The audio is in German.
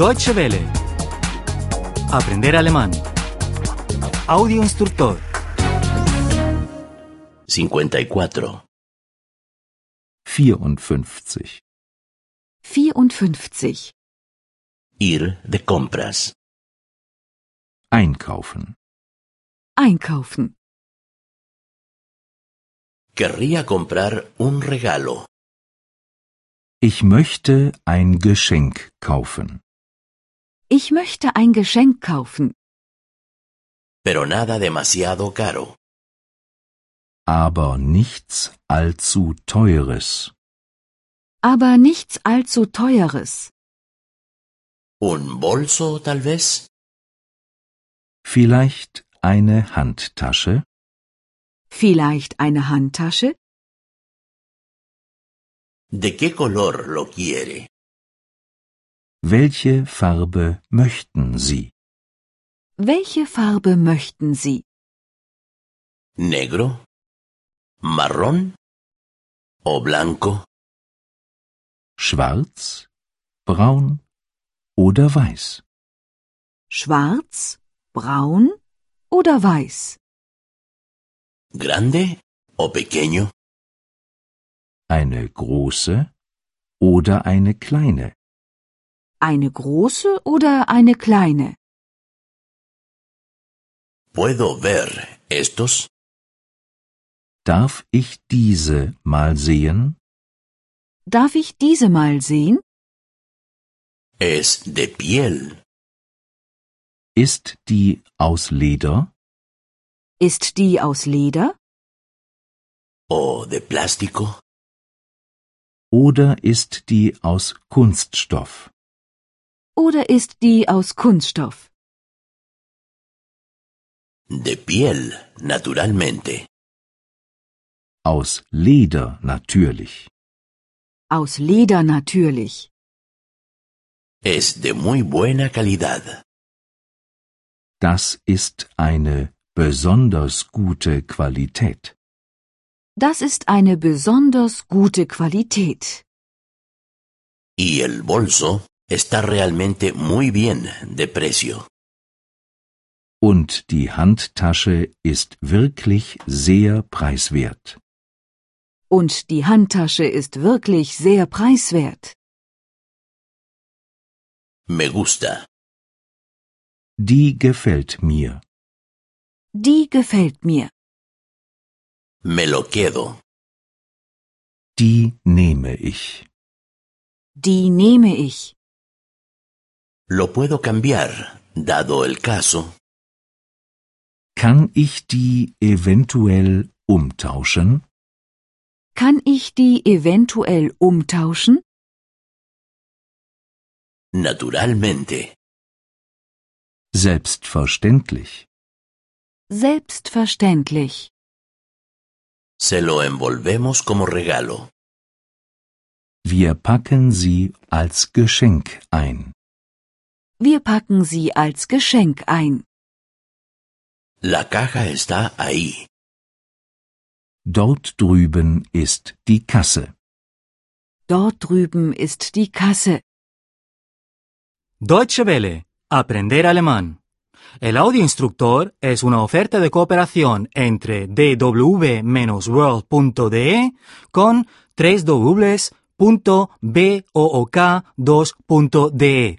Deutsche Welle. Aprender alemán. Audio instructor. 54. 54. 54. Ir de compras. Einkaufen. Einkaufen. Querría comprar un regalo. Ich möchte ein Geschenk kaufen, Ich möchte ein Geschenk kaufen, pero nada demasiado caro. aber nichts allzu teures. aber nichts allzu teures. ¿Un bolso, tal vez? Vielleicht eine Handtasche? Vielleicht eine Handtasche? ¿De qué color lo quiere? Welche Farbe möchten Sie? Welche Farbe möchten Sie? ¿Negro? ¿Marrón? ¿O blanco? Schwarz, braun oder weiß? Schwarz, braun oder weiß? ¿Grande o pequeño? Eine große oder eine kleine? Eine große oder eine kleine? ¿Puedo ver estos? Darf ich diese mal sehen? Darf ich diese mal sehen? Es de piel. Ist die aus Leder? Ist die aus Leder ¿O de plástico? Oder ist die aus Kunststoff? oder ist die aus Kunststoff? De piel, naturalmente. Aus Leder natürlich. Aus Leder natürlich. Es de muy buena calidad. Das ist eine besonders gute Qualität. Das ist eine besonders gute Qualität. Y el bolso está realmente muy bien de precio. Und die Handtasche ist wirklich sehr preiswert. Und die Handtasche ist wirklich sehr preiswert. Me gusta. Die gefällt mir. Die gefällt mir. Me lo quedo. Die nehme ich. Die nehme ich. Lo puedo cambiar, dado el caso. Kann ich die eventuell umtauschen? Kann ich die eventuell umtauschen? Naturalmente. Selbstverständlich. Selbstverständlich. Se lo envolvemos como regalo. Wir packen sie als Geschenk ein. Wir packen sie als Geschenk ein. La caja está ahí. Dort drüben ist die Kasse. Dort drüben ist die Kasse. Deutsche Welle. Aprender alemán. El audio instructor es una oferta de cooperación entre dw-world.de con 3 2de